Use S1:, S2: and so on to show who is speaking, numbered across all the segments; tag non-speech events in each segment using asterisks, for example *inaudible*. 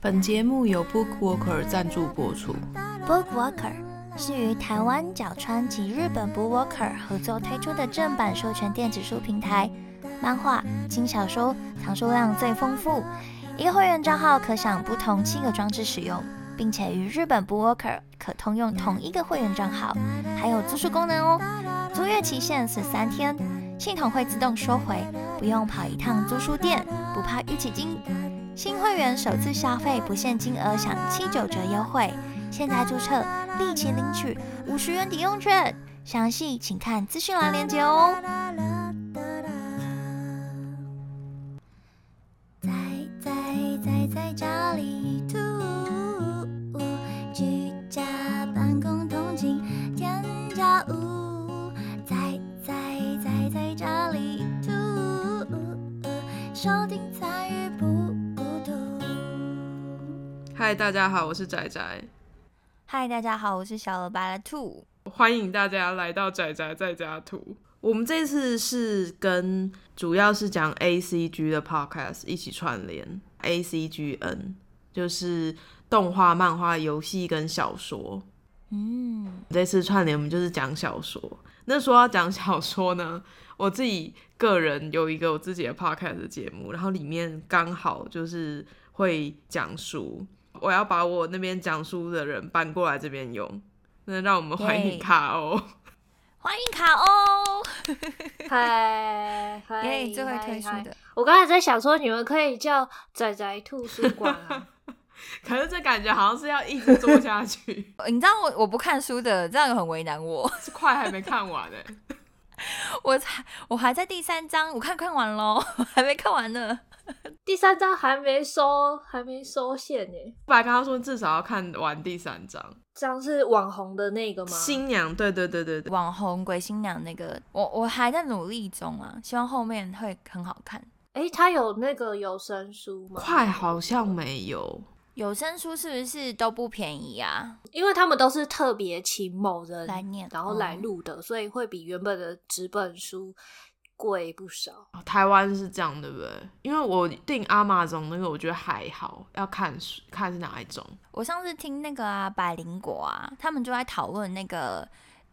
S1: 本节目由 BookWalker 赞助播出。
S2: BookWalker 是与台湾角川及日本 BookWalker 合作推出的正版授权电子书平台，漫画、轻小说藏书量最丰富，一个会员账号可享不同七个装置使用，并且与日本 BookWalker 可通用同一个会员账号，还有租书功能哦。租阅期限是三天，系统会自动收回，不用跑一趟租书店，不怕逾期金。新会员首次消费不限金额享七九折优惠，现在注册立即领取五十元抵用券，详细请看资讯栏链接哦。在在在在这里突兀，居家办公通勤添加物，在在在在这里突兀，收听参与不孤独。
S1: 嗨，大家好，我是仔仔，
S2: 嗨，大家好，我是小鹅白的兔。
S1: 欢迎大家来到仔仔在家图。我们这次是跟主要是讲 A C G 的 podcast 一起串联，A C G N 就是动画、漫画、游戏跟小说。
S2: 嗯，
S1: 这次串联我们就是讲小说。那说要讲小说呢，我自己个人有一个我自己的 podcast 的节目，然后里面刚好就是会讲书，我要把我那边讲书的人搬过来这边用。那让我们欢迎
S2: Yay
S1: 卡欧。 *laughs*
S2: 欢迎卡欧，
S3: *laughs* 嗨嗨，
S2: *laughs* 耶，最会推书
S3: 嗨。
S2: 的。
S3: 我刚才在想说，你们可以叫仔仔兔书馆
S2: *laughs*
S3: 啊。
S1: 可是这感觉好像是要一直做下去， *laughs*
S2: 哦你知道我我不看书的，这样很为难我。 *laughs*
S1: 是快还没看完欸呢、
S2: 我才我还在第三章，我看看完喽， *laughs* 还没看完呢。
S3: 第三章还没收，还没收线呢。
S1: 我本来跟他说至少要看完第三章。
S3: 这样是网红的那个吗？
S1: 新娘，对对对对对，
S2: 网红鬼新娘那个，我我还在努力中啊，希望后面会很好看。
S3: 哎，他有那个有声书吗？
S1: 快好像没有，
S2: 有声书是不是都不便宜啊？
S3: 因为他们都是特别请某人
S2: 来念
S3: 然后来
S2: 哦
S3: 录的，所以会比原本的纸本书贵不少。
S1: 哦台湾是这样对不对？因为我订阿玛总那个，我觉得还好，要看是看是哪一种。
S2: 我上次听那个啊，百灵果啊，他们就在讨论那个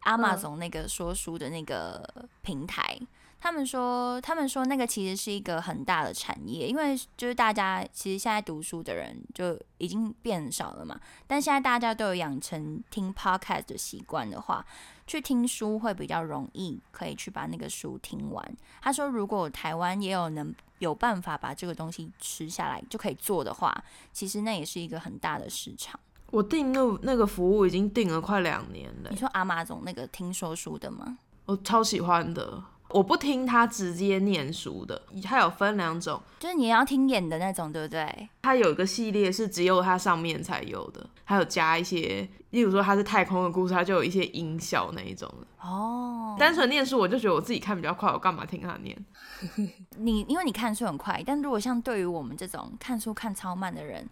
S2: Amazon 那个说书的那个平台。他们说，他们说那个其实是一个很大的产业，因为就是大家其实现在读书的人就已经变少了嘛，但现在大家都有养成听 podcast 的习惯的话，去听书会比较容易，可以去把那个书听完。他说，如果台湾也有能有办法把这个东西吃下来，就可以做的话，其实那也是一个很大的市场。
S1: 我订那那个服务已经订了快两年了
S2: 你，说阿玛总那个听说书的吗？
S1: 我超喜欢的。我不听他直接念书的，它有分两种，
S2: 就是你要听演的那种，对不对？
S1: 它有一个系列是只有它上面才有的，还有加一些，例如说它是太空的故事，它就有一些音效那一种的。
S2: 哦，
S1: 单纯念书，我就觉得我自己看比较快，我干嘛听他念？
S2: 你因为你看书很快，但如果像对于我们这种看书看超慢的人，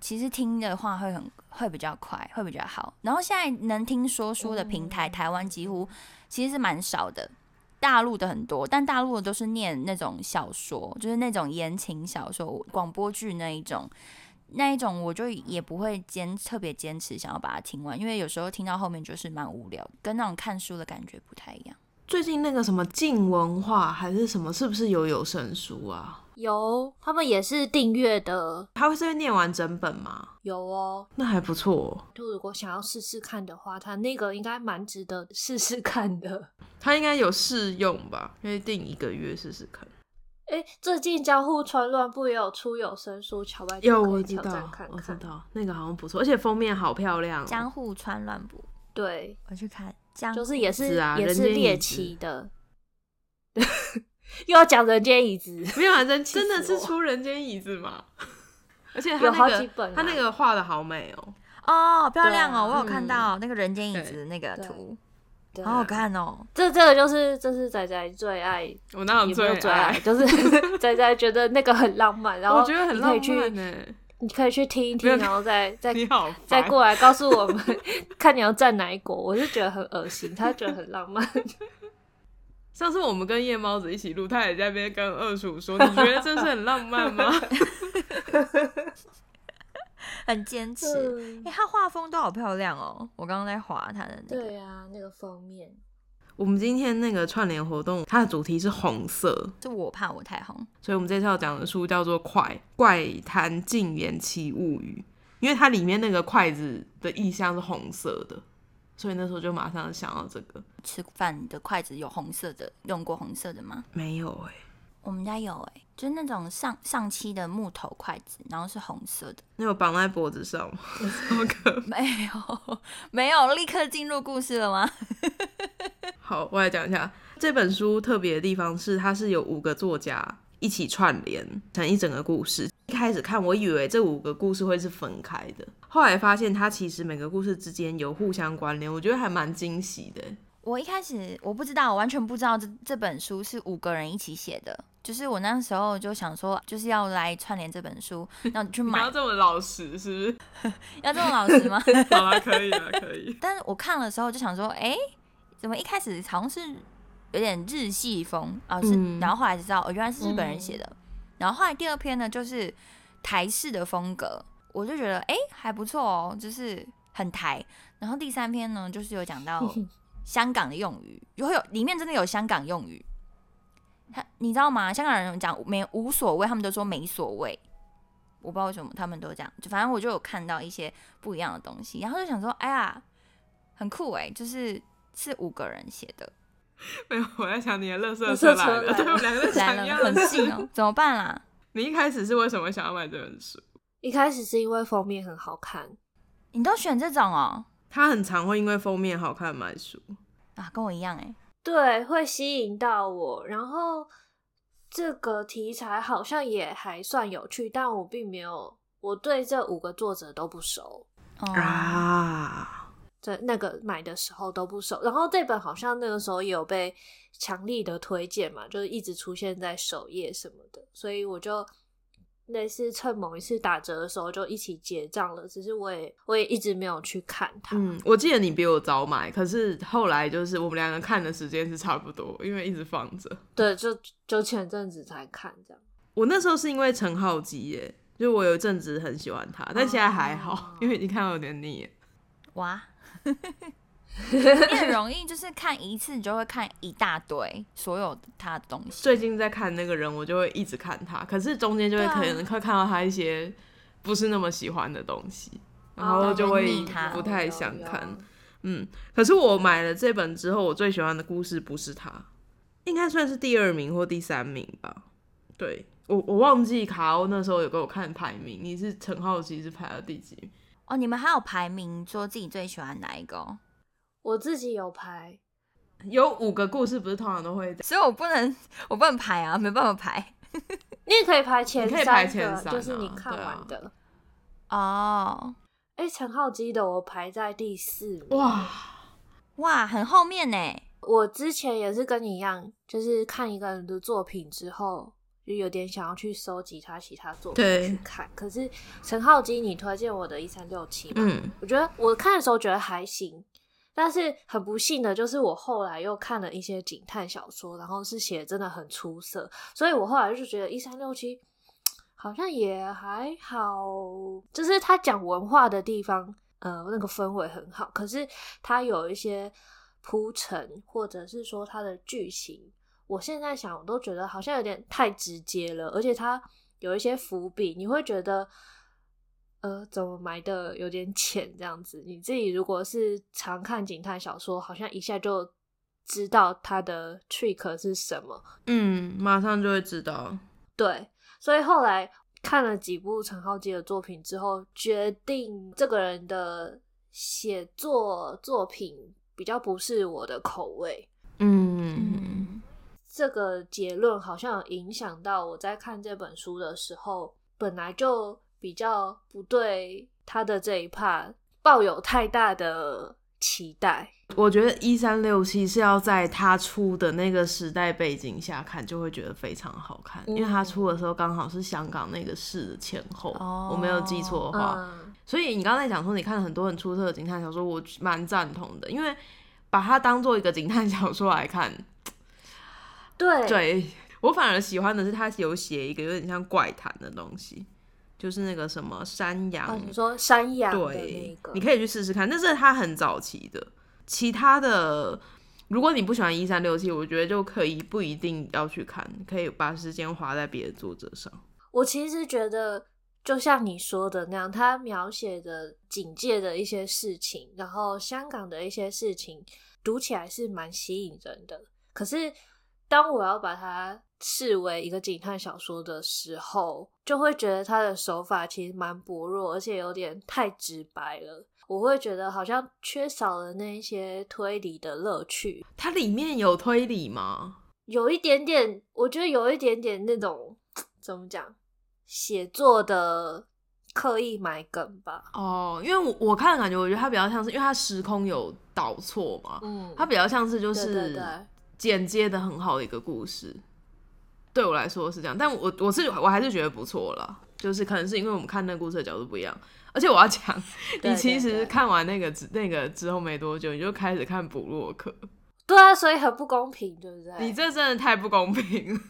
S2: 其实听的话会很会比较快，会比较好。然后现在能听说书的平台，台湾几乎其实是蛮少的，大陆的很多，但大陆的都是念那种小说，就是那种言情小说、广播剧那一种。那一种我就也不会坚特别坚持想要把它听完，因为有时候听到后面就是蛮无聊，跟那种看书的感觉不太一样。
S1: 最近那个什么静文化还是什么，是不是有有声书啊？
S3: 有，他们也是订阅的，
S1: 他会是会念完整本吗？
S3: 有哦。
S1: 那还不错哦、
S3: 就如果想要试试看的话，他那个应该蛮值得试试看的。
S1: 他应该有试用吧？因为定一个月试试看。
S3: 哎，最近江户川乱步也有出有声书，乔白
S1: 有，
S3: 就可
S1: 我
S3: 以
S1: 知
S3: 挑
S1: 道
S3: 战，看
S1: 我知
S3: 看。
S1: 道，那个好像不错，而且封面好漂亮、哦。
S2: 江户川乱步，
S3: 对，
S2: 我去看江
S3: 就是也
S1: 是
S3: 是、
S1: 啊
S3: 也
S1: 人
S3: 是
S1: 间椅
S3: 猎
S1: 子
S3: 奇的，又要讲人间椅子，
S1: 没有啊，真
S3: 气
S1: 真的
S3: 死
S1: 是
S3: 我
S1: 出人间椅子嘛？ *laughs* 而且他
S3: 有
S1: 那
S3: 好
S1: 个
S3: 几本啊
S1: 他那个画的好美哦，
S2: 哦，漂亮
S3: 对啊
S2: 哦！我有看
S1: 嗯
S2: 到那个人间椅
S1: 对
S2: 子的那个
S3: 对
S2: 图，
S3: 对啊
S2: 好好看哦。
S3: 这这个就是这是仔仔最爱，也
S1: 我那有
S3: 没有最爱，
S1: 哦爱，
S3: 就是 *laughs* 仔仔觉得那个很浪漫，然后
S1: 我觉得很浪
S3: 你可以
S1: 漫
S3: 去，
S1: 呢、
S3: 你可以去听一
S1: 没有
S3: 听，然后
S1: *laughs*
S3: 再再
S1: 你好烦，
S3: 再过来告诉我
S1: *laughs*
S3: 们，看你要站哪一国，我就觉得很恶心，他觉得很浪
S1: *laughs*
S3: 漫。
S1: 上次我们跟夜猫子一起录，他也在那边跟二叔说：“你觉得这是很浪漫吗
S2: 很坚持。
S3: 嗯
S2: 哎、他画风都好漂亮哦！我刚刚在画他的那个，
S3: *laughs* 对啊，那个封面，
S1: *laughs* 我们今天那个串联活动，它的主题是红色，
S2: 是我怕我太红，
S1: 所以我们这次要讲的书叫做《快怪谈禁言奇物语》，因为它里面那个筷子的意象是红色的，所以那时候就马上想到这个。
S2: 吃饭的筷子有红色的，用过红色的吗？
S1: 没有哎、
S2: 我们家有哎、就是那种上上漆的木头筷子，然后是红色的。 *laughs*
S1: 那有绑在脖子上吗？好可
S2: 没有，没有，立刻进入故事了吗？
S1: 好，我来讲一下这本书特别的地方是，它是有五个作家一起串联成一整个故事。一开始看，我以为这五个故事会是分开的，后来发现它其实每个故事之间有互相关联，我觉得还蛮惊喜的。欸
S2: 我一开始我不知道，我完全不知道这这本书是五个人一起写的。就是我那时候就想说，就是要来串联这本书，那我就去
S1: *laughs* 你
S2: 买
S1: 要。这么老实是
S2: 要这么老实吗？
S1: *laughs*
S2: *laughs*
S1: 不是？好了，可以了，可以。
S2: 但是我看的时候就想说，哎、怎么一开始好像是有点日系风啊？是，
S1: 嗯
S2: 然后后来才知道，哦，原来是日本人写的。然后后来第二篇呢，就是台式的风格，我就觉得哎、诶还不错哦，就是很台。然后第三篇呢，就是有讲到香港的用语，有有里面真的有香港用语。他你知道吗？香港人讲没无所谓，他们都说没所谓。我不知道为什么他们都这样，就反正我就有看到一些不一样的东西，然后就想说，哎呀，很酷哎、就是是五个人写的，
S1: *laughs* 没有，我在想你的乐色
S3: 垃圾
S1: 车
S3: 车
S1: 来了，
S3: 来
S1: 对，
S3: 了
S1: 我们两个在
S2: 来
S1: 想一
S2: 了，
S1: 样
S2: 很
S1: 的
S2: 近
S1: 事。
S2: 哦，怎么办啦、
S1: 你一开始是为什么想要买这本书？
S3: 一开始是因为封面很好看，
S2: 你都选这种哦，
S1: 他很常会因为封面好看买书，
S2: 啊，跟我一样哎、
S3: 对，会吸引到我。然后这个题材好像也还算有趣，但我并没有，我对这五个作者都不熟。
S2: 哦、
S1: 啊，
S3: 在那个买的时候都不熟，然后这本好像那个时候也有被强力的推荐嘛，就是一直出现在首页什么的，所以我就类似趁某一次打折的时候就一起结账了，只是我也我也一直没有去看它，
S1: 嗯，我记得你比我早买，可是后来就是我们两个看的时间是差不多，因为一直放着。
S3: 对，就就前阵子才看这样，
S1: 我那时候是因为陈浩基耶，就我有一阵子很喜欢他，但现在还好，
S3: 哦
S1: 因为你看到有点腻了。
S2: 哇，你很容易就是看一次，你就会看一大堆所有他的东西，
S1: 最近在看那个人，我就会一直看他，可是中间就会
S2: 对啊
S1: 可能会看到他一些不是那么喜欢的东西，然后就
S2: 哦
S1: 会
S2: 腻他
S1: 不太想看。
S3: 有有
S1: 嗯，可是我买了这本之后，我最喜欢的故事不是它，应该算是第二名或第三名吧。对我，我忘记卡欧那时候有给我看排名，你是陈浩基是排到第几名？
S2: 哦，你们还有排名，说自己最喜欢哪一个、哦，
S3: 我自己有拍，
S1: 有五个故事，不是通常都会
S2: 所以我不能， *laughs* 我不能排啊，没办法排
S3: 你也可以排前
S1: 你
S3: 三
S1: 可以
S3: 个，
S1: 排前三啊
S3: 就是你看完的。
S2: 哦，
S3: 哎、陈浩基的我排在第四名，
S1: 哇，
S2: 哇，很后面欸呢、
S3: 我之前也是跟你一样，就是看一个人的作品之后，就有点想要去收集他其他作品
S1: 对
S3: 去看。可是陈浩基，你推荐我的《一三六七》嘛，
S1: 嗯，
S3: 我觉得我看的时候觉得还行，但是很不幸的就是我后来又看了一些警探小说，然后是写得真的很出色，所以我后来就觉得《一三六七》好像也还好，就是他讲文化的地方，呃，那个氛围很好，可是他有一些铺陈，或者是说他的剧情，我现在想我都觉得好像有点太直接了，而且他有一些伏笔，你会觉得。呃，怎么埋的有点浅这样子。你自己如果是常看警探小说，好像一下就知道它的 trick 是什么。
S1: 嗯，马上就会知道。
S3: 对，所以后来看了几部陈浩基的作品之后，决定这个人的写作作品比较不是我的口味。
S1: 嗯，
S2: 嗯，
S3: 这个结论好像有影响到我在看这本书的时候，本来就比较不对他的这一 part 抱有太大的期待。
S1: 我觉得一三六七是要在他出的那个时代背景下看，就会觉得非常好看，
S3: 嗯
S1: 因为他出的时候刚好是香港那个事的前后，
S2: 哦
S1: 我没有记错的话。
S3: 嗯，
S1: 所以你刚才讲说你看了很多很出色的警探小说，我蛮赞同的，因为把它当做一个警探小说来看，
S3: 对，
S1: 对我反而喜欢的是他有写一个有点像怪谈的东西，就是那个什么山羊，
S3: 哦，你说山羊的那
S1: 对，
S3: 个，
S1: 你可以去试试看，但是它很早期的。其他的，如果你不喜欢一三六七，我觉得就可以不一定要去看，可以把时间花在别的作者上。
S3: 我其实觉得，就像你说的那样，他描写的警戒的一些事情，然后香港的一些事情，读起来是蛮吸引人的。可是，当我要把它视为一个警探小说的时候，就会觉得他的手法其实蛮薄弱，而且有点太直白了。我会觉得好像缺少了那一些推理的乐趣，
S1: 它里面有推理吗？
S3: 有一点点，我觉得有一点点那种怎么讲，写作的刻意埋梗吧。
S1: 哦，因为我我看的感觉，我觉得它比较像是，因为它时空有倒错嘛，
S3: 嗯
S1: 它比较像是就
S3: 对对
S1: 是
S3: 对
S1: 剪接的很好的一个故事。对我来说是这样，但我我是我还是觉得不错啦，就是可能是因为我们看那个故事的角度不一样，而且我要
S3: *laughs*
S1: 讲，
S3: 对
S1: 你其
S3: 对
S1: 实
S3: 对
S1: 看完那个之那个之后没多久，你就开始看补洛克，
S3: 对啊，所以很不公平，对不对？
S1: 你这真的太不公
S3: *laughs*
S1: 平了。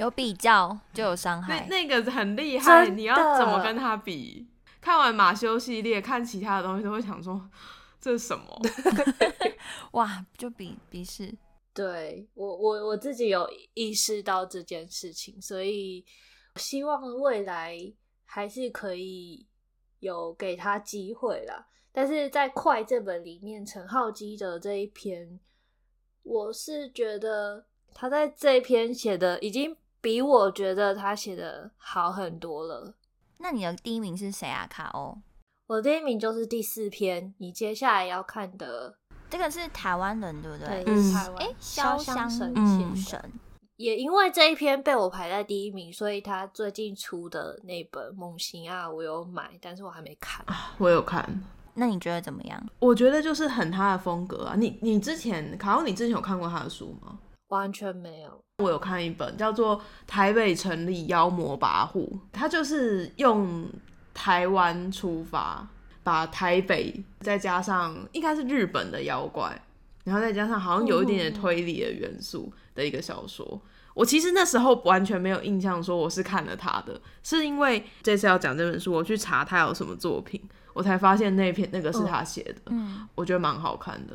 S2: 有比较就有伤
S1: 那
S2: 害。
S1: 那个很厉害，
S3: 真的
S1: 你要怎么跟他比？看完马修系列，看其他的东西都会想说这是
S3: *laughs*
S1: 什么？
S2: 哇，就比比试。
S3: 对我我我自己有意识到这件事情，所以希望未来还是可以有给他机会啦。但是在《快》这本里面，陈浩基的这一篇，我是觉得他在这一篇写的已经比我觉得他写的好很多了。
S2: 那你的第一名是谁啊？卡欧，
S3: 我第一名就是第四篇，你接下来要看的，
S2: 这个是台湾人对不对？
S3: 对，
S1: 嗯
S3: 是台湾
S2: 哎、
S3: 潇
S2: 潇
S3: 湘
S2: 湘
S3: 神
S1: 嗯
S3: 写的。
S2: 神，
S3: 也因为这一篇被我排在第一名，所以他最近出的那本《梦醒啊》，我有买，但是我还没看。
S1: 我有看，
S2: 那你觉得怎么样？
S1: 我觉得就是很他的风格啊。你你之前卡奥，你之前有看过他的书吗？
S3: 完全没有。
S1: 我有看一本叫做《台北城里妖魔跋扈》，它就是用台湾出发，把台北再加上应该是日本的妖怪，然后再加上好像有一点点推理的元素的一个小说。我其实那时候完全没有印象，说我是看了他的，是因为这次要讲这本书，我去查他有什么作品，我才发现那篇那个是他写的，
S2: 嗯，
S1: 我觉得蛮好看的。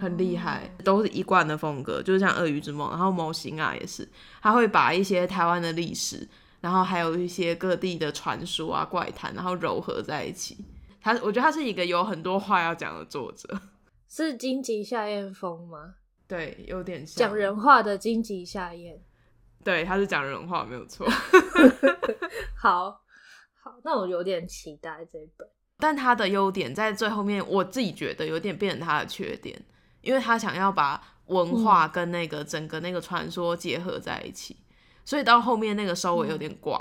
S1: 很厉害，都是一贯的风格，就是像《鳄鱼之梦》，然后《模型啊》也是，他会把一些台湾的历史，然后还有一些各地的传说啊、怪谈，然后糅合在一起。他，我觉得他是一个有很多话要讲的作者，
S3: 是荆棘夏彦风吗？
S1: 对，有点像
S3: 讲，人话的荆棘夏彦。
S1: 对，他是讲人话，没有错。 *laughs*
S3: 好好，那我有点期待这一本。
S1: 但他的优点在最后面，我自己觉得有点变成他的缺点，因为他想要把文化跟那个整个那个传说结合在一起，所以到后面那个收尾有点怪。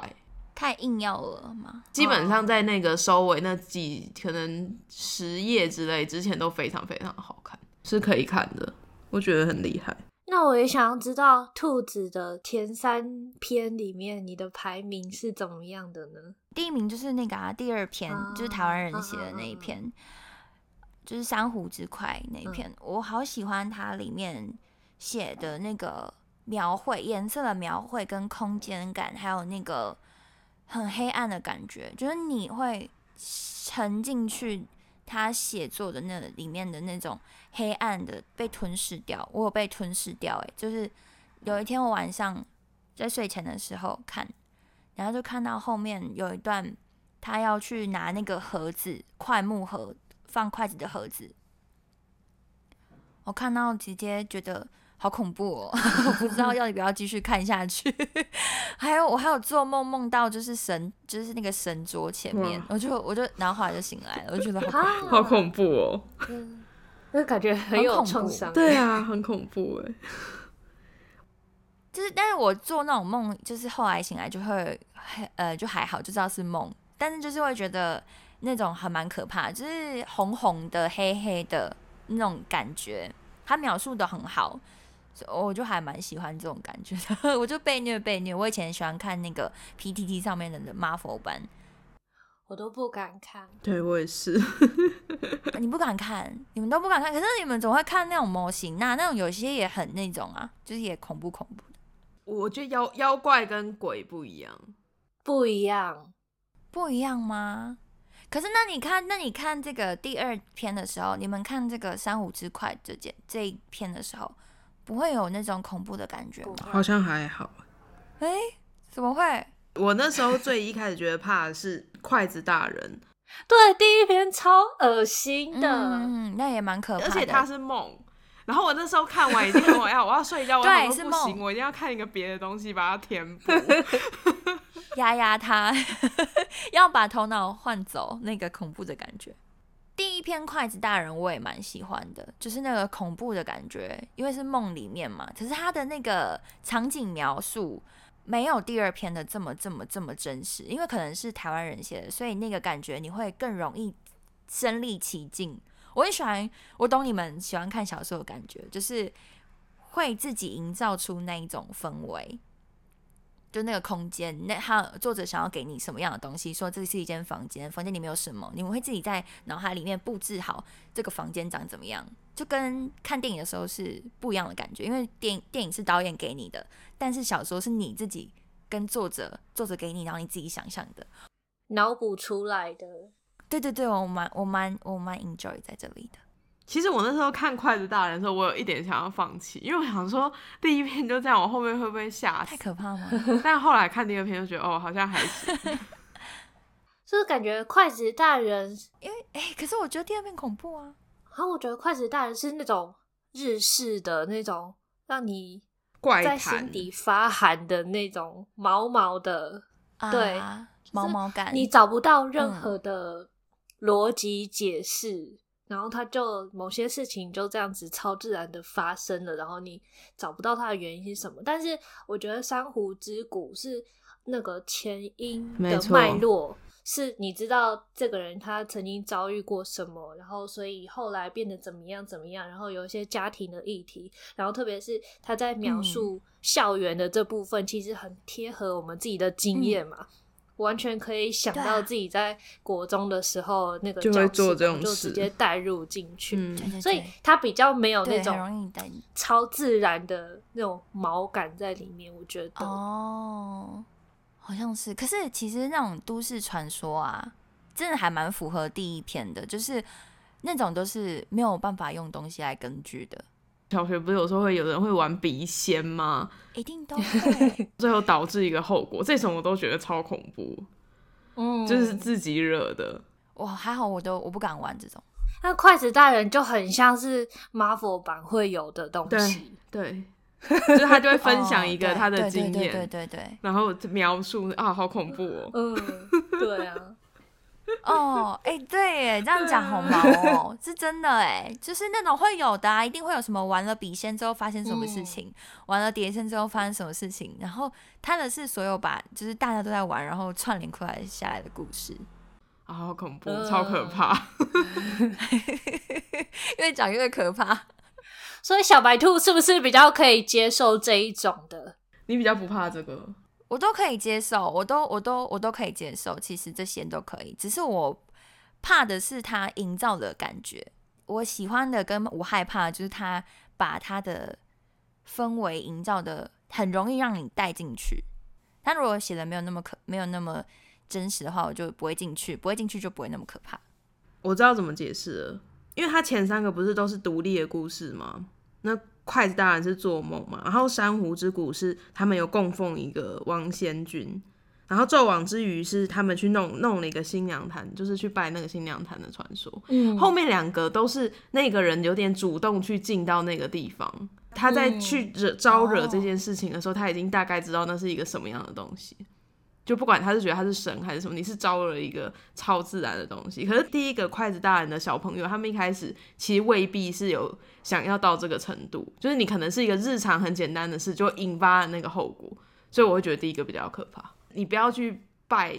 S2: 太硬要了嘛？
S1: 基本上在那个收尾那几可能十页之类之前都非常非常好看，是可以看的，我觉得很厉害。
S3: 那我也想要知道兔子的前三篇里面，你的排名是怎么样的呢？
S2: 第一名就是那个啊，第二篇、
S3: 啊
S2: 就是台湾人写的那一篇，就是《珊瑚之快》那一篇，我好喜欢它里面写的那个描绘颜色的描绘跟空间感，还有那个很黑暗的感觉，就是你会沉进去他写作的那里面的那种黑暗的被吞噬掉，我有被吞噬掉、欸，就是有一天我晚上在睡前的时候看，然后就看到后面有一段他要去拿那个盒子，快木盒放筷子的盒子，我看到直接觉得好恐怖哦，我不知道要不要继续看下去。 *laughs* 还有我还有做梦梦到就是神，就是那个神桌前面
S1: 哇，
S2: 我就我就然后后来就醒来了，我就觉得好恐怖。
S3: 啊，
S1: 好恐怖哦！
S3: 嗯那感觉很
S2: 很
S3: 有
S2: 恐怖
S3: 创
S1: *laughs*
S3: 伤。
S1: 对啊，很恐怖哎。
S2: 就是，但是我做那种梦，就是后来醒来就会，呃，就还好，就知道是梦，但是就是会觉得那种还蛮可怕，就是红红的、黑黑的那种感觉。他描述的很好，所以我就还蛮喜欢这种感觉的。 *laughs* 我就被虐被虐，我以前喜欢看那个 PTT 上面的 Marvel 版，
S3: 我都不敢看。
S1: 对我也是， *laughs*
S2: 啊你不敢看，你们都不敢看，可是你们总会看那种模型那、那种有些也很那种啊，就是也恐怖恐怖的。
S1: 我觉得妖妖怪跟鬼不一样，
S3: 不一样。
S2: 不一样吗？可是那你看，那你看这个第二篇的时候，你们看这个《珊瑚之快》这件这一篇的时候，不会有那种恐怖的感觉吗？
S1: 好像还好。
S2: 哎、怎么会？
S1: 我那时候最一开始觉得怕的是筷子大人， *laughs*
S3: 对，第一篇超恶心的，
S2: 嗯，那也蛮可怕的。
S1: 而且他是梦。然后我那时候看完已经很晚了，我要睡觉，我
S2: 对
S1: 想说
S2: 是
S1: 不
S2: 梦
S1: 行，我一定要看一个别的东西把它填补。
S2: *laughs* 压压他，要把头脑换走那个恐怖的感觉。第一篇《筷子大人》我也蛮喜欢的，就是那个恐怖的感觉，因为是梦里面嘛。可是他的那个场景描述没有第二篇的这么这么这么真实，因为可能是台湾人写的，所以那个感觉你会更容易身临其境。我很喜欢，我懂你们喜欢看小说的感觉，就是会自己营造出那一种氛围。就那个空间，那他作者想要给你什么样的东西？说这是一间房间，房间里面有什么？你们会自己在脑海里面布置好这个房间长怎么样，就跟看电影的时候是不一样的感觉。因为电影电影是导演给你的，但是小说是你自己跟作者作者给你，然后你自己想象的。
S3: 脑补出来的。
S2: 对对对，我蛮我蛮我蛮 enjoy 在这里的。
S1: 其实我那时候看筷子大人的时候，我有一点想要放弃，因为我想说第一篇就这样，我后面会不会吓
S2: 太
S1: 死？
S2: 可怕吗？ *laughs*
S1: 但后来看第二篇就觉得哦，好像还行。
S3: 就是感觉筷子大人，
S2: 因为哎、可是我觉得第二遍恐怖啊。
S3: 然后我觉得筷子大人是那种日式的那种，让你
S1: 怪
S3: 在
S1: 谈
S3: 心底发寒的那种毛毛的，对
S2: 啊，毛毛感，
S3: 你找不到
S1: 嗯
S3: 任何的逻辑解释，然后他就某些事情就这样子超自然的发生了，然后你找不到它的原因是什么。但是我觉得《珊瑚之谷》是那个前因
S1: 没
S3: 的
S1: 错
S3: 脉络。是你知道这个人他曾经遭遇过什么，然后所以后来变得怎么样怎么样，然后有一些家庭的议题，然后特别是他在
S1: 嗯
S3: 描述校园的这部分，其实很贴合我们自己的经验
S1: 嗯
S3: 嘛，完全可以想
S2: 对啊
S3: 到自己在国中的时候那个
S1: 就会
S3: 教室
S1: 做这
S3: 然后
S1: 种
S3: 就
S1: 事
S3: 直接带入进去，
S1: 嗯
S2: 对对对
S3: 所以他比较没有
S2: 对
S3: 那种
S2: 很容易带你
S3: 超自然的那种毛感在里面，我觉得。
S2: 哦，好像是。可是其实那种都市传说啊，真的还蛮符合第一篇的，就是那种都是没有办法用东西来根据的，
S1: 小学不是有时候会有人会玩笔仙吗？
S2: 一定都会
S1: 最后导致一个后果，这种我都觉得超恐怖，
S3: 嗯，
S1: 就是自己惹的。
S2: *laughs* 哇，还好我都我不敢玩这种。
S3: 那筷子大人就很像是 Marvel 版会有的东西，
S1: 对，就是他就会分享一
S2: *laughs* 哦
S1: 个
S2: 对
S1: 他的
S2: 对
S1: 经
S2: 对
S1: 验，
S2: 对对对对
S1: 然后描述啊，好恐怖哦。
S3: 嗯，对啊，
S2: 哦，哎、对，哎，这样讲好毛哦，是真的哎，就是那种会有的啊，一定会有什么玩了笔仙之后发生什么事情，玩了碟仙之后发生什么事情，然后他的是所有把就是大家都在玩，然后串联过来下来的故事，
S1: 啊，好恐怖，
S3: 嗯
S1: 超可怕！
S2: 越讲越可怕。
S3: 所以小白兔是不是比较可以接受这一种的？
S1: 你比较不怕这个，
S2: 我都可以接受，我都我都我都可以接受，其实这些都可以，只是我怕的是他营造的感觉，我喜欢的跟我害怕的就是他把他的氛围营造的很容易让你带进去。他如果写的没有那么可没有那么真实的话，我就不会进去，不会进去就不会那么可怕。
S1: 我知道怎么解释了，因为他前三个不是都是独立的故事吗？那筷子大人是做梦嘛，然后珊瑚之谷是他们有供奉一个王仙君，然后纣王之鱼是他们去弄弄了一个新娘坛，就是去拜那个新娘坛的传说。
S3: 嗯
S1: 后面两个都是那个人有点主动去进到那个地方，他在去惹招惹这件事情的时候，他已经大概知道那是一个什么样的东西。就不管他是觉得他是神还是什么，你是招惹一个超自然的东西。可是第一个筷子大人的小朋友，他们一开始其实未必是有想要到这个程度，就是你可能是一个日常很简单的事，就引发了那个后果。所以我会觉得第一个比较可怕。你不要去拜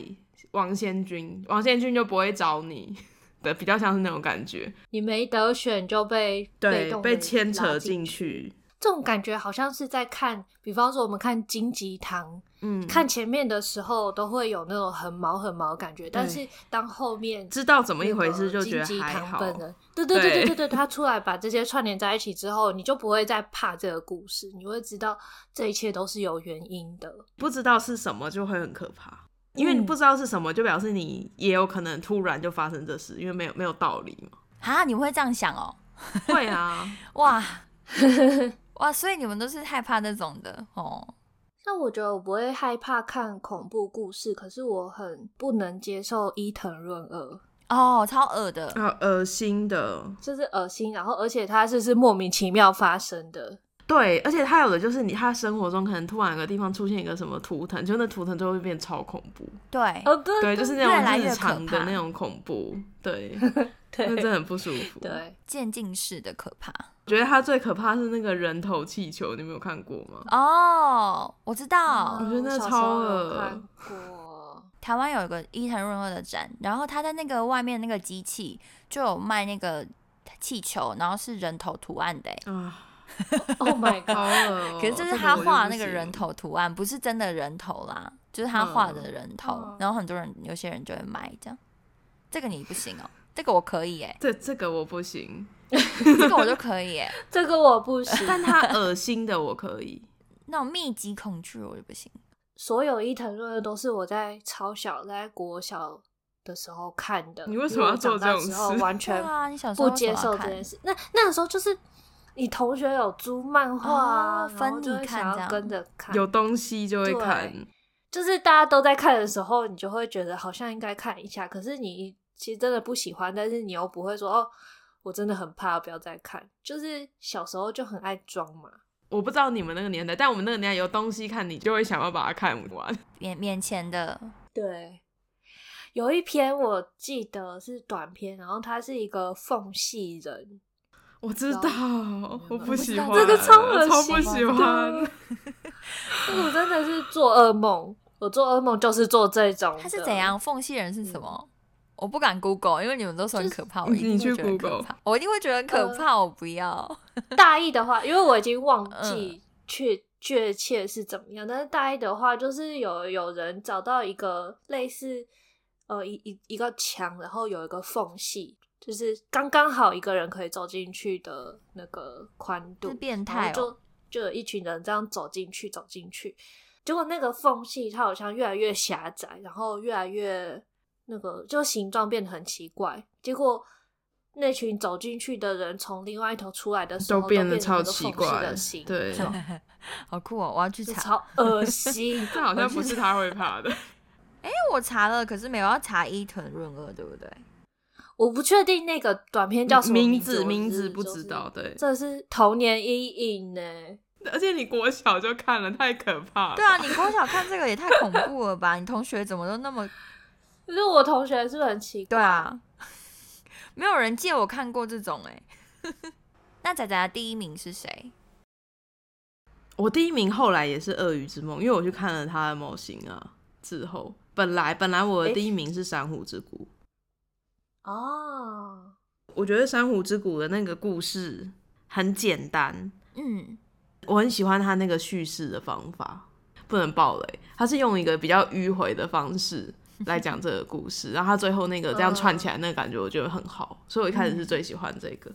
S1: 王仙君，王仙君就不会找你的，比较像是那种感觉。
S3: 你没得选就被被
S1: 对，
S3: 动地
S1: 被牵
S3: 拉
S1: 扯进，
S3: 进
S1: 去。
S3: 这种感觉好像是在看，比方说我们看金鸡堂，
S1: 嗯，
S3: 看前面的时候都会有那种很毛很毛的感觉，但是当后面
S1: 知道怎
S3: 怎
S1: 么一回事就觉得还好。
S3: 本人，对对对
S1: 对
S3: 对对对，他出来把这些串联在一起之后，你就不会再怕这个故事，你会知道这一切都是有原因的。
S1: 不知道是什么就会很可怕。因为你
S3: 嗯
S1: 不知道是什么，就表示你也有可能突然就发生这事，因为没有没有道理嘛。
S2: 啊，你们会这样想哦？
S1: 会啊， *laughs*
S2: 哇哇，所以你们都是害怕那种的哦。
S3: 像我觉得我不会害怕看恐怖故事，可是我很不能接受伊藤润二，
S2: 哦，超恶的，
S1: 啊，恶心的。
S3: 就是恶心，然后而且它就是莫名其妙发生的。
S1: 对，而且他有的就是你，他生活中可能突然有个地方出现一个什么图腾，就那图腾就会变超恐怖。
S2: 对，
S3: 哦，对 *laughs*
S1: 对，
S3: 对
S1: 就是
S2: 越
S1: 那
S2: 来
S1: 种
S2: 越
S1: 日
S2: 可
S1: 常的
S2: 怕
S1: 那种恐怖，对，那真
S3: 对
S1: 的很不舒服。，
S3: *laughs* 对，
S2: 渐进式的可怕。
S1: 觉得他最可怕是那个人头气球，你没有看过吗？
S2: 哦，我知道，
S3: 嗯
S1: 我觉得那
S3: 小时
S1: 超
S3: 候有
S1: 恶
S3: 看过， *laughs*
S2: 台湾有一个伊藤润二的展，然后他在那个外面那个机器就有卖那个气球，然后是人头图案的欸、
S1: 啊，
S3: Oh my
S1: 好
S3: god！
S1: 恶、哦。
S2: *laughs* 可是就是
S1: 这
S2: 他
S1: 我
S2: 画
S1: 就
S2: 那
S1: 不
S2: 个
S1: 行
S2: 人头图案，不是真的人头啦，就是他画的人头。
S3: 嗯
S2: 然后很多人，有些人就会买这样。这个你不行哦、这个我可以哎、
S1: *laughs* 这这个我不行，
S2: 这个我就可以哎、
S3: 这个我不行， *laughs*
S1: 但他恶心的我可以。
S2: 那种密集恐惧我就不行。
S3: 所有伊藤润二都是我在超小，在国小的时候看的。
S1: 你为什么要做这种事
S3: 因为我长大之后完
S2: 对
S3: 全
S2: 啊，你小时候
S3: 不接受这件
S2: 事，
S3: 事。那那个时候就是你同学有租漫画
S2: 哦
S3: 啊，然后
S2: 分你
S3: 就会
S2: 看
S3: 想
S2: 这
S3: 要
S2: 样
S3: 跟着看。
S1: 有东西就会
S3: 啊对
S1: 看，
S3: 就是大家都在看的时候，你就会觉得好像应该看一下，可是你其实真的不喜欢，但是你又不会说哦，我真的很怕，不要再看。就是小时候就很爱装嘛。
S1: 我不知道你们那个年代，但我们那个年代有东西看，你就会想要把它看完。
S2: 面面前的
S3: 对，有一篇我记得是短篇，然后他是一个缝隙人，
S1: 我知道
S3: 然，
S1: 我不
S2: 我不
S1: 喜
S2: 知道
S1: 欢，
S3: 这个
S1: 超
S3: 超恶
S1: 不
S3: 心
S1: 喜
S3: 的
S1: 欢。。 *laughs*
S3: *laughs* 这个我真的是做噩梦，我做噩梦就是做这种。
S2: 他是怎？样？缝隙人是什么？我不敢 Google，因为你们都说很可怕，我一定
S1: 你去
S2: 会觉得很可
S1: Google
S2: 怕，我一定会觉得很可怕，我不要。 *laughs*
S3: 大意的话，因为我已经忘
S2: 嗯
S3: 记确、确切是怎么样，但是大意的话，就是有有人找到一个类似呃一一一个墙，然后有一个缝隙，就是刚刚好一个人可以走进去的那个宽度
S2: 是，变
S3: 然
S2: 态
S3: 后
S2: 哦，
S3: 就就有一群人这样走进去，走进去，结果那个缝隙它好像越来越狭窄，然后越来越那个，就形状变得很奇怪。结果那群走进去的人从另外一头出来的时候，
S1: 都
S3: 都
S1: 变
S3: 变
S1: 得超
S3: 成
S1: 奇
S3: 一个缝
S1: 怪
S3: 隙的，形
S1: 对，
S3: 状
S2: 好酷哦！我要去
S3: 就
S2: 查。
S3: 超恶心。
S1: 这好像不是他会怕的。
S2: 因为我查了，可是没有要查伊藤润二，对不对？
S3: 我不确定那个短片叫什么
S1: 名
S3: 字，
S1: 名字
S3: 字
S1: 不知道，，对， *laughs*
S3: 这是童年阴影呢、
S1: 而且你国小就看了，太可怕了。
S2: 对啊，你国小看这个也太恐怖了吧？你同学怎么都那么……
S3: 可是我同学是不是很奇
S2: *laughs*
S3: 怪？
S2: 对啊，没有人借我看过这种哎、 *laughs* 那仔仔的第一名是谁？
S1: 我第一名后来也是《鳄鱼之梦》，因为我去看了他的模型啊。之后，本来本来我的
S3: 诶
S1: 第一名是《珊瑚之谷》，
S3: 哦，
S1: 我觉得《珊瑚之谷》的那个故事很简单，
S2: 嗯，
S1: 我很喜欢他那个叙事的方法，不能爆雷。他是用一个比较迂回的方式来讲这个故事，然后他最后那个这样串起来，那个感觉我觉得很好，所以我一开始是最喜欢这个。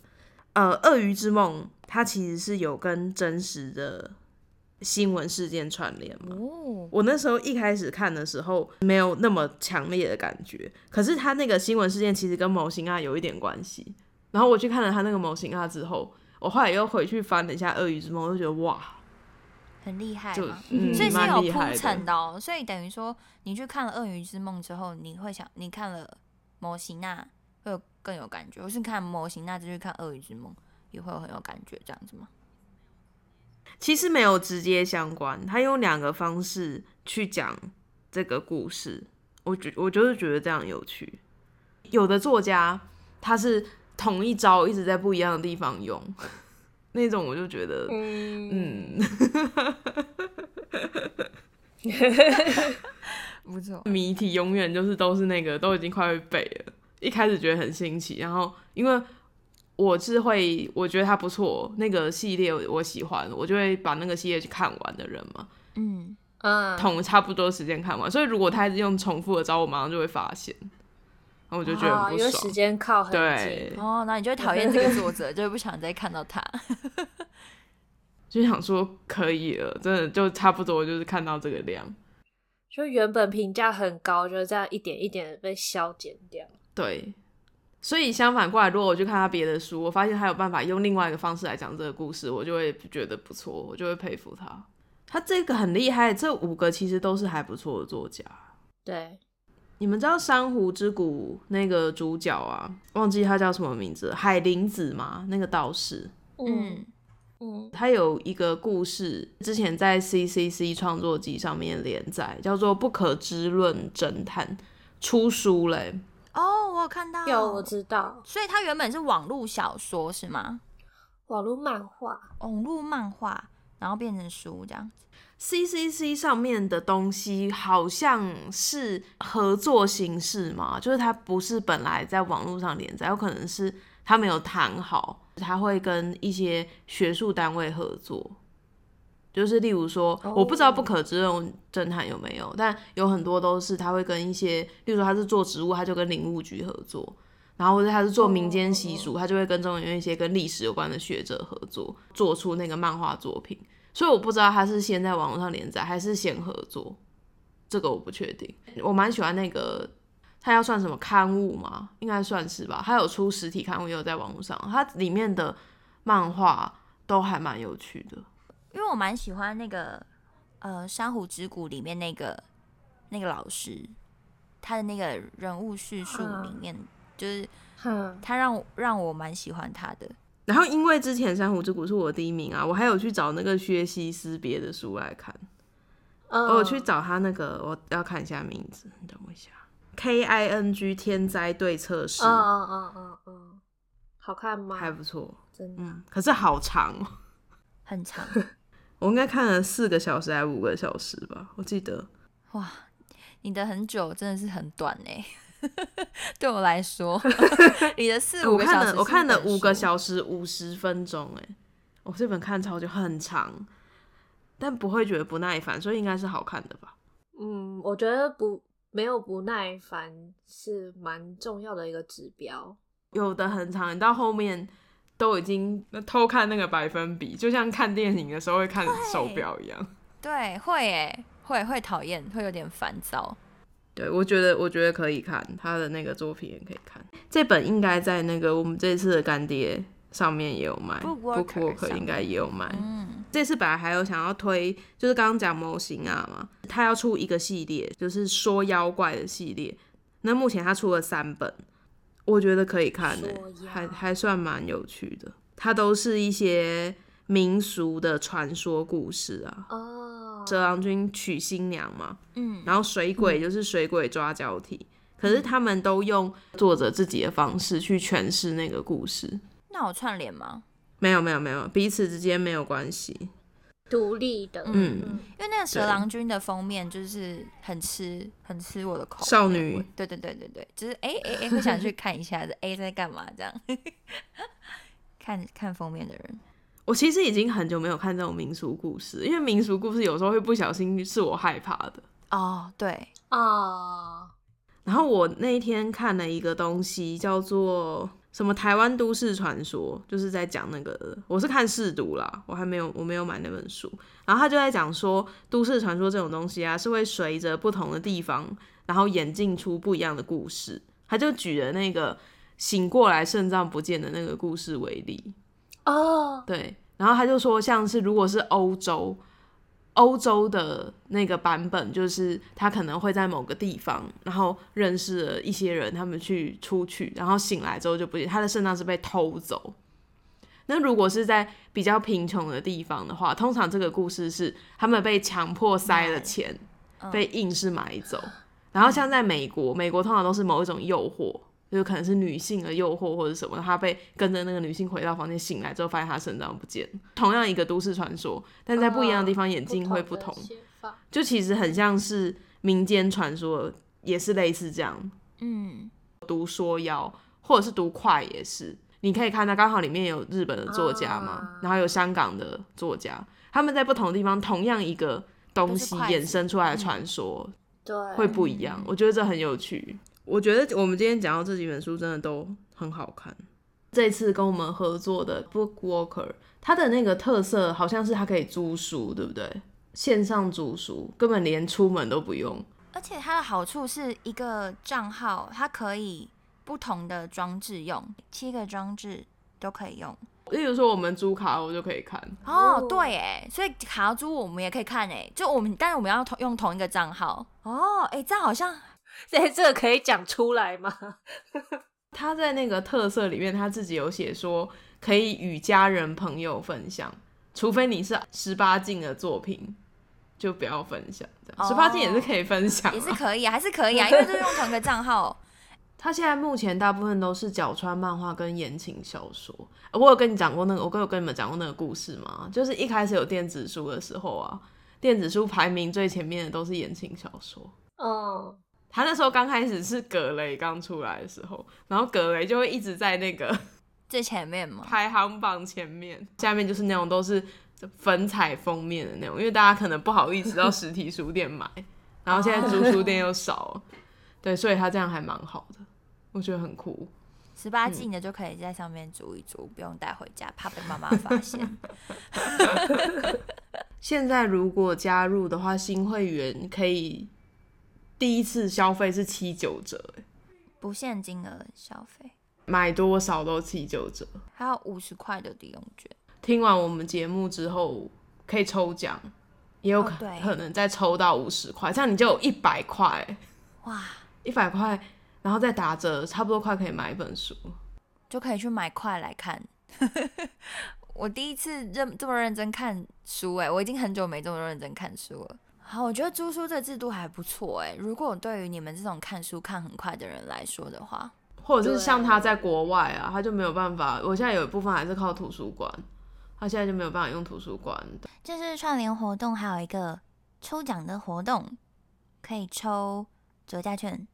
S1: 呃，《鳄鱼之梦》它其实是有跟真实的新闻事件串联嘛，
S2: 哦，
S1: 我那时候一开始看的时候没有那么强烈的感觉，可是他那个新闻事件其实跟模型啊有一点关系。然后我去看了他那个模型啊之后，我后来又回去翻了一下《鳄鱼之梦》，我就觉得哇，
S2: 很厉害
S1: 就
S2: 吗？
S1: 嗯
S2: 所以是
S1: 蛮
S2: 哎有
S1: 厉害
S2: 铺陈
S1: 的。
S2: 的哦，所以等于说你去看了《鳄鱼之梦》之后，你会想，你看了摩西娜会有更有感觉，或是看摩西娜再去看《鳄鱼之梦》也会有很有感觉，这样子吗？
S1: 其实没有直接相关，他用两个方式去讲这个故事，我觉我就是觉得这样有趣。有的作家他是同一招一直在不一样的地方用， *laughs* 那种我就觉得
S3: 嗯，
S1: 嗯。
S2: 不错，
S1: 谜题永远就是都是那个，都已经快被背了。一开始觉得很新奇，然后因为我是会，我觉得它不错，那个系列我喜欢，我就会把那个系列去看完的人嘛，
S2: 嗯，
S3: 嗯，
S1: 同差不多时间看完。所以如果他一直用重复的招，我马上就会发现，然后我就觉得
S3: 啊
S1: 很
S3: 因为
S1: 不
S3: 时
S1: 爽。
S3: 间靠很近
S1: 对。，
S2: 哦，那你就会讨厌这个作者，就会不想再看到他。
S1: 就想说可以了，真的就差不多就是看到这个量。
S3: 就原本评价很高，就是这样一点一点的被消减掉。
S1: 对，所以相反过来，如果我去看他别的书，我发现他有办法用另外一个方式来讲这个故事，我就会觉得不错，我就会佩服他。他这个很厉害，这五个其实都是还不错的作家。
S3: 对，
S1: 你们知道《珊瑚之谷》那个主角啊，忘记他叫什么名字，海灵子嘛，那个道士，
S2: 嗯，
S3: 嗯
S1: 他有一个故事，之前在 CCC 创作集上面连载，叫做《不可知论侦探》，出书嘞。
S2: 哦，我有看到，
S3: 有我知道
S2: 所以它原本是网络小说是吗？
S3: 网络漫画，
S2: 网络漫画，然后变成书这样子。
S1: CCC 上面的东西好像是合作形式嘛，就是它不是本来在网络上连载，有可能是他没有谈好，他会跟一些学术单位合作。就是例如说
S3: 哦
S1: 我不知道不可知论侦探有没有，但有很多都是他会跟一些，例如说他是做植物，他就跟林务局合作，然后或者他是做民间习俗，他就会跟中研院一些跟历史有关的学者合作，做出那个漫画作品。所以我不知道他是先在网络上连载，还是先合作，这个我不确定。我蛮喜欢那个，他要算什么刊物吗？应该算是吧。他有出实体刊物，也有在网络上。它里面的漫画都还蛮有趣的。
S2: 因为我蛮喜欢那个呃《珊瑚之谷》里面那个那个老师，他的那个人物叙述
S1: 嗯
S2: 里面，就是
S3: 哼，
S2: 他让我让我蛮喜欢他的。
S1: 然后因为之前《珊瑚之谷》是我的第一名啊，我还有去找那个薛西斯别的书来看。
S3: 嗯
S1: 我有去找他那个，我要看一下名字，你等我一下。K I N G 天灾对策师、
S3: 嗯嗯嗯嗯嗯，好看
S2: 嗯
S3: 吗？
S1: 还不错，
S3: 真的，
S1: 嗯，可是好长哦。
S2: 很长
S1: *laughs* 我应该看了四个小时还五个小时吧，我记得。
S2: 哇，你的很久真的是很短哎、 *laughs* 对我
S1: *laughs*
S2: 来说，你的四五
S1: 我
S2: 个小
S1: 看
S2: 时
S1: 了我看了
S2: 是一本
S1: 五个
S2: 书
S1: 小时五十分钟，哎，我这本看超久，很长，但不会觉得不耐烦，所以应该是好看的吧。
S3: 嗯，我觉得不没有不耐烦是蛮重要的一个指标。
S1: 有的很长，你到后面都已经偷看那个百分比，就像看电影的时候会看手表一样。
S2: 对会哎、会会讨厌，会有点烦躁。
S1: 对，我觉得我觉得可以看他的那个作品也可以看，这本应该在那个我们这次的干爹上面也有卖
S2: Book
S1: ，Book
S2: Worker
S1: Worker 应该也有卖。
S2: 嗯，
S1: 这次本来还有想要推，就是刚刚讲模型啊嘛，他要出一个系列，就是说妖怪的系列。那目前他出了三本，我觉得可以看呢、
S3: 说妖
S1: 还还算蛮有趣的。它都是一些民俗的传说故事啊。
S3: 哦，
S1: 蛇郎君娶新娘嘛，
S2: 嗯，
S1: 然后水鬼就是水鬼抓交替，可是他们都用作者自己的方式去诠释那个故事。
S2: 那我串联吗？
S1: 没有没有没有，彼此之间没有关系。
S3: 独立的，
S1: 嗯
S2: 因为那个蛇
S1: 对
S2: 郎君的封面就是很吃很吃我的口味
S1: 少女，
S2: 对对对对对，就是哎哎哎，会想去看一下的，哎在干嘛这 *laughs* 样？看看封面的人，
S1: 我其实已经很久没有看这种民俗故事，因为民俗故事有时候会不小心是我害怕的。
S2: 哦对，
S1: 嗯
S3: 啊，
S1: 然后我那一天看了一个东西，叫做什么《台湾都市传说》，就是在讲那个，我是看试读啦，我还没有我没有买那本书。然后他就在讲说，都市传说这种东西啊，是会随着不同的地方，然后演进出不一样的故事。他就举了那个醒过来肾脏不见的那个故事为例，
S3: 哦，
S1: 对，然后他就说，像是如果是欧洲，欧洲的那个版本，就是他可能会在某个地方，然后认识了一些人，他们去出去，然后醒来之后就不见，他的肾脏是被偷走。那如果是在比较贫穷的地方的话，通常这个故事是他们被强迫塞了钱，被硬是买走。然后像在美国，美国通常都是某一种诱惑，就是可能是女性的诱惑或者什么，他被跟着那个女性回到房间，醒来之后发现她肾脏不见了。同样一个都市传说，但在不一样的地方眼睛嗯会不同，
S3: 的写法
S1: 就其实很像是民间传说，也是类似这样。
S2: 嗯，
S1: 读说妖，或者是读快也是。你可以看到，刚好里面有日本的作家嘛，
S3: 啊
S1: 然后有香港的作家，他们在不同地方同样一个东西
S2: 都是筷子
S1: 衍生出来的传说，
S3: 对，
S1: 会不一样。我觉得这很有趣。嗯我觉得我们今天讲到这几本书真的都很好看。这次跟我们合作的 Book Walker，它的那个特色好像是它可以租书，对不对？线上煮书，根本连出门都不用。
S2: 而且它的好处是一个账号，它可以不同的装置用，七个装置都可以用。
S1: 例如说，我们租卡我就可以看，
S2: 哦
S3: 哦，
S2: 对哎，所以卡租我们也可以看哎，就我们，但是我们要同用同一个账号哦，哎，这样好像
S3: 这这个可以讲出
S1: *laughs*
S3: 来吗？
S1: 他在那个特色里面，他自己有写说可以与家人朋友分享，除非你是十八禁的作品，就不要分享。这样
S2: 哦
S1: 十八禁也是可以分享、啊，
S2: 也是可以啊，还是可 *laughs* 以啊，因为就是用同一个账号。
S1: 他现在目前大部分都是角川漫画跟言情小说。呃我有跟你讲过那个，我跟有跟你们讲过那个故事吗？就是一开始有电子书的时候啊，电子书排名最前面的都是言情小说。
S3: 嗯，
S1: 他那时候刚开始是葛雷刚出来的时候，然后葛雷就会一直在那个
S2: 最前面嘛，
S1: 排行榜前面，下面就是那种都是粉彩封面的那种，因为大家可能不好意思到实体书 *laughs* 店买，然后现在租书店又少了，对，所以他这样还蛮好的，我觉得很酷。
S2: 十
S4: 嗯
S2: 八禁的就可以在上面租一租，不用带回家，怕被妈妈发
S4: *laughs*
S2: 现。
S1: 现在如果加入的话，新会员可以第一次消费是七九折，欸
S2: 不限金额消费，
S1: 买多少都七九折。
S2: 还有五十块的抵用券。
S1: 听完我们节目之后可以抽奖，也有
S2: 哦
S1: 可、
S2: 对
S1: 可能再抽到五十块，这样你就有一百块，
S2: 哇，
S1: 一百块，然后再打折，差不多快可以买一本书。
S2: 就可以去买块来看。 *laughs* 我第一次认这么认真看书、哎，我已经很久没这么认真看书了。好，我觉得租书这制度还不错，哎，如果对于你们这种看书看很快的人来说的话，
S1: 或者是像
S3: 对
S1: 他在国外啊，他就没有办法。我现在有一部分还是靠图书馆，他现在就没有办法用图书馆。
S4: 就是串联活动还有一个抽奖的活动，
S2: 可以抽折价券，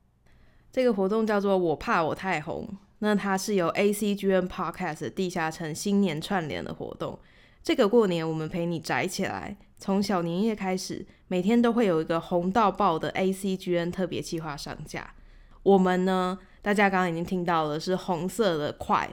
S1: 这个活动叫做“我怕我太红”，那它是由 ACGN Podcast 地下城新年串联的活动。这个过年我们陪你宅起来，从小年夜开始，每天都会有一个红到爆的 ACGN 特别计划上架。我们呢，大家刚刚已经听到了是红色的快，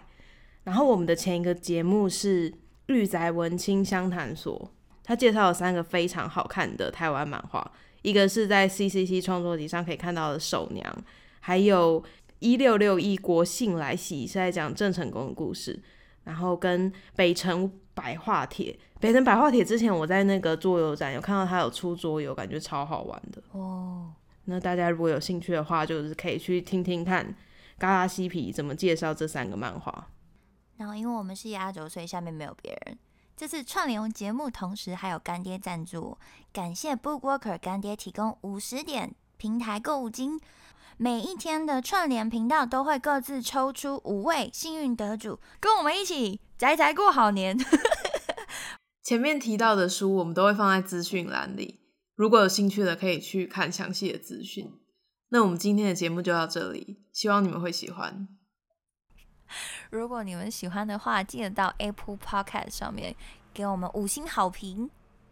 S1: 然后我们的前一个节目是御宅文青相谈所，他介绍了三个非常好看的台湾漫画，一个是在 CCC 创作集上可以看到的《手娘》，还有一六六一国信来袭是在讲郑成功的故事，然后跟北城百化铁，北城百化铁之前我在那个桌游展有看到他有出桌游，感觉超好玩的
S2: 哦。
S1: 那大家如果有兴趣的话，就是可以去听听看嘎拉西皮怎么介绍这三个漫画。
S2: 然后因为我们是压轴，所以下面没有别人。这次串联节目同时还有干爹赞助，感谢 Bookwalker 干爹提供五十点平台购物金。每一天的串联频道都会各自抽出五位幸运得主，跟我们一起宅宅过好年。
S1: 前面提到的书，我们都会放在资讯栏里，如果有兴趣的可以去看详细的资讯。那我们今天的节目就到这里，希望你们会喜欢。
S2: 如果你们喜欢的话，记得到 Apple Podcast 上面给我们五星好评，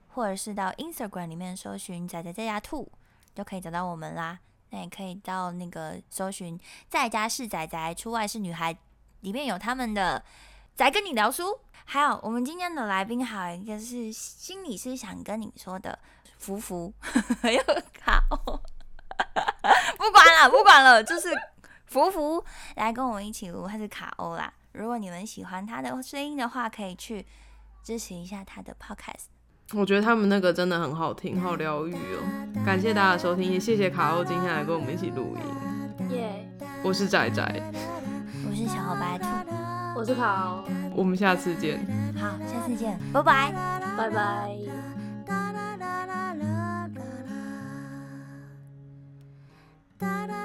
S2: 或者是到 Instagram 里面搜寻“仔仔在家兔”，就可以找到我们啦。那也可以到那个搜寻“在家是仔仔，出外是女孩”，里面有他们的仔跟你聊书。还有我们今天的来宾，还有一个是心理师想跟你说的福福， *laughs* 还有卡哦， *laughs* 不管了，不管了，就是福福。来跟我们一起录，他是卡欧啦。如果你们喜欢他的声音的话，可以去支持一下他的 podcast。
S1: 我觉得他们那个真的很好听，好疗愈哦！感谢大家的收听，也谢谢卡欧今天来跟我们一起录音。
S3: 嗯耶、
S1: 我是仔仔，
S2: 我是小白兔，
S3: 我是卡欧，
S1: 我们下次见。
S2: 好，下次见，拜拜。
S3: 拜拜。
S4: 哒啦啦啦啦啦，哒啦。